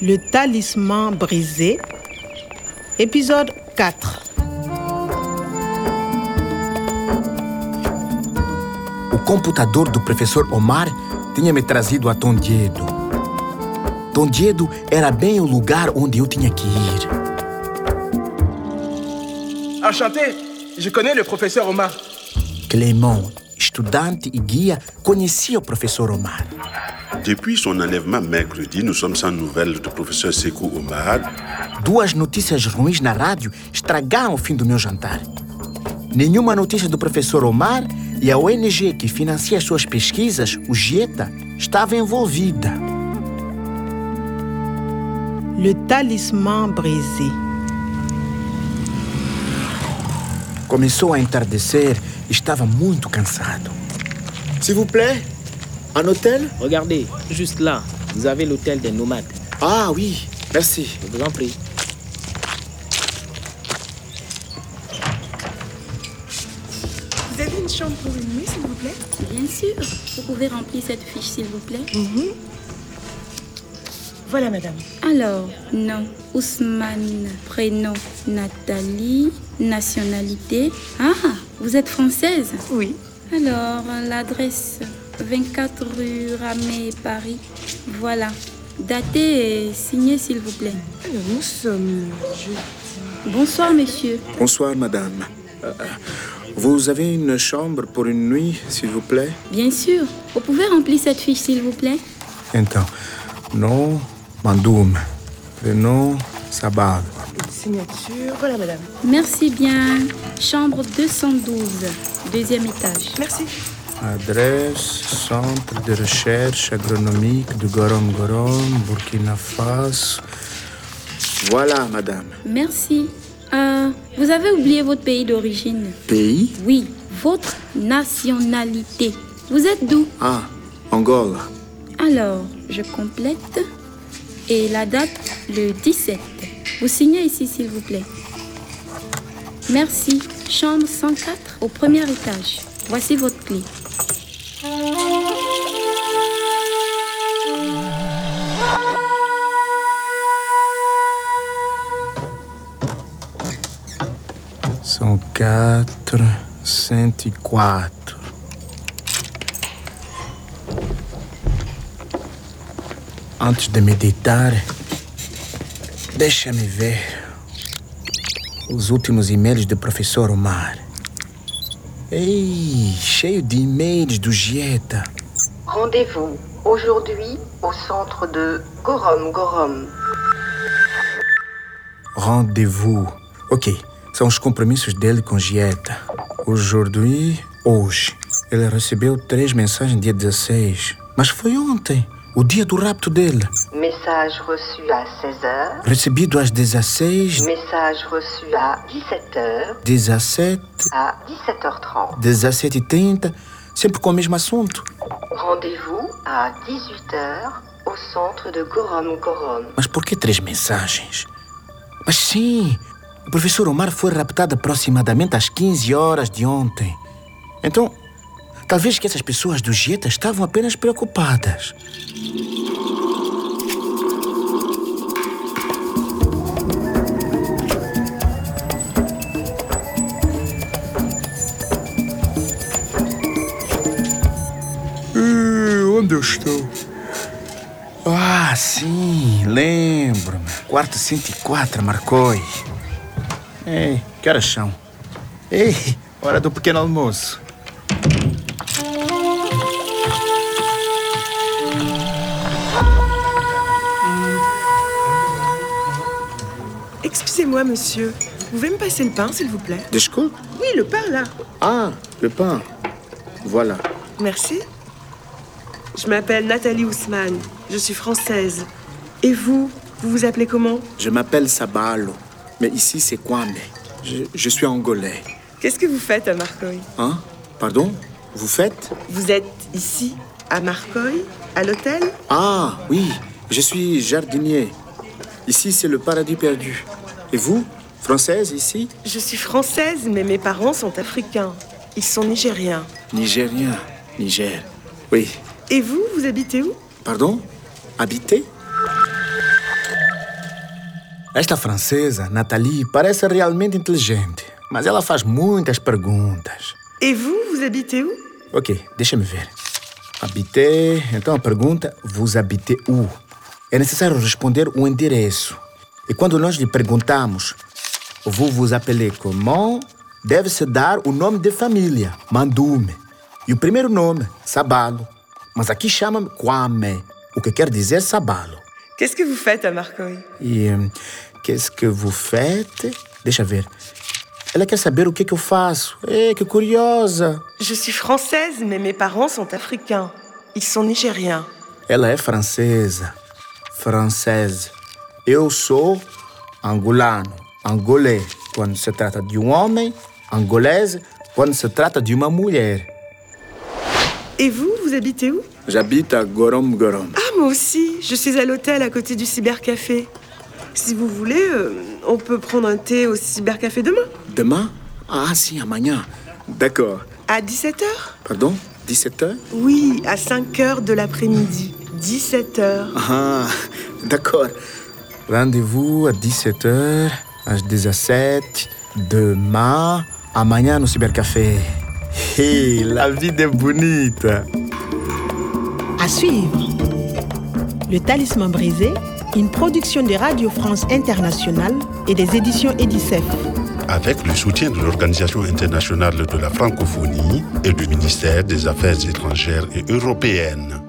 Le talisman brisé, épisode 4. O computador do professor Omar tinha me trazido a Tondiedo. Tondiedo era bem o lugar onde eu tinha que ir. Enchanté, je connais le professeur Omar. Clément, estudante e guia, conhecia o professor Omar. Depuis son enlèvement mercredi, nous sommes sans nouvelles du professeur Sekou Omar. Duas notícias ruins na rádio estragaram o fim do meu jantar. Nenhuma notícia do professor Omar e a ONG que financia suas pesquisas, o GIETA, estava envolvida. Le talisman brisé. Começou a entardecer, estava muito cansado. S'il vous plaît, un hôtel Regardez, juste là, vous avez l'hôtel des nomades. Ah oui, merci. Je vous en prie. Vous avez une chambre pour une nuit, s'il vous plaît Bien sûr, vous pouvez remplir cette fiche s'il vous plaît. Mhm. Voilà, madame. Alors, nom, Ousmane, prénom, Nathalie, nationalité. Ah, vous êtes française Oui. Alors, l'adresse 24 rue Ramée, Paris. Voilà. Datez et signez s'il vous plaît. Alors, nous sommes. Bonsoir monsieur. Bonsoir, madame. Euh, euh, vous avez une chambre pour une nuit, s'il vous plaît Bien sûr, vous pouvez remplir cette fiche s'il vous plaît. Então, no Mandum, Renan Sabado. Signature. Voilà, madame. Merci bien. Chambre 212, deuxième étage. Merci. Adresse Centre de recherche agronomique de Gorom Gorom, Burkina Faso. Voilà, madame. Merci. Euh, vous avez oublié votre pays d'origine. Pays Oui, votre nationalité. Vous êtes d'où Ah, Angola. Alors, je complète. Et la date, le 17. Vous signez ici, s'il vous plaît. Merci. Chambre 104 au premier étage. Voici votre clé. São quatro, cento e quatro. Antes de meditar, deixa-me ver os últimos e-mails do professor Omar. Ei, cheio de e-mails do Gieta. Rendez-vous aujourd'hui au centre de Gorom Gorom. Rendez-vous. Ok, são os compromissos dele com Gieta. Aujourd'hui, hoje. Ele recebeu três mensagens dia 16. Mas foi ontem, o dia do rapto dele. Message reçu à 16h. Recebido às 16, Message reçu à 17h 17, à 17h30. 17 e 30, sempre com o mesmo assunto. Rendez-vous à 18h au centre de Gorom Gorom. Mas por que três mensagens? Mas sim, o professor Omar foi raptado aproximadamente às 15 horas de ontem. Então, talvez que essas pessoas do Jeta estavam apenas preocupadas. onde eu estou? Ah, sim, lembro-me. Quarto e 104, Marcoi. hein? Ei, que horas são? Ei, hora do pequeno almoço. Excusez-moi, monsieur. Vous pouvez me passer le pain, s'il vous plaît Desculpe. Oui, le pain, là. Ah, le pain. Voilà. Merci. Je m'appelle Nathalie Ousmane. Je suis française. Et vous Vous vous appelez comment Je m'appelle Sabalo, mais ici c'est Kwame. Je, je suis angolais. Qu'est-ce que vous faites à Marcoy Hein Pardon Vous faites Vous êtes ici, à Marcoy, à l'hôtel Ah, oui, je suis jardinier. Ici c'est le paradis perdu. Et vous Française ici Je suis française, mais mes parents sont africains. Ils sont nigériens. Nigérien. Niger. Oui. Et vous, vous habitez où Pardon Habité Esta francesa, Nathalie, parece realmente inteligente, mas ela faz muitas perguntas. Et vous, vous habitez où Ok, deixa-me ver. Habitei. Então a pergunta: vos habitez où? É necessário responder o endereço. E quando nós lhe perguntamos: vou vos appeler comment? Deve-se dar o nome de família, Mandume. E o primeiro nome, Sabalo. Mas aqui chama-me Kwame, o que quer dizer Sabalo. Qu'est-ce que vous faites à Marcoy E hum, qu'est-ce que vous faites? Deixa ver. Ela quer saber o que, que eu faço. É, que curiosa. Je suis française, mais mes parents sont africains. Ils sont nigériens. Ela é francesa. Francesa. Eu sou angolano. Angolê, quando se trata de um homem. Angolese, quando se trata de uma mulher. Et vous, vous habitez où J'habite à Gorom Gorom. Ah, moi aussi. Je suis à l'hôtel à côté du cybercafé. Si vous voulez, euh, on peut prendre un thé au cybercafé demain, Demain Ah, sim, amanhã. D'accord. à 17h. Pardon 17h Oui, à 5h de l'après-midi. 17h. Ah, d'accord. Rendez-vous à 17h, às 17 demain, amanhã no Cybercafé. Hey, la vida é bonita. À suivre. Le Talisman brisé, une production de Radio France Internationale et des éditions Edicef. Avec le soutien de l'Organisation internationale de la francophonie et du ministère des Affaires étrangères et européennes.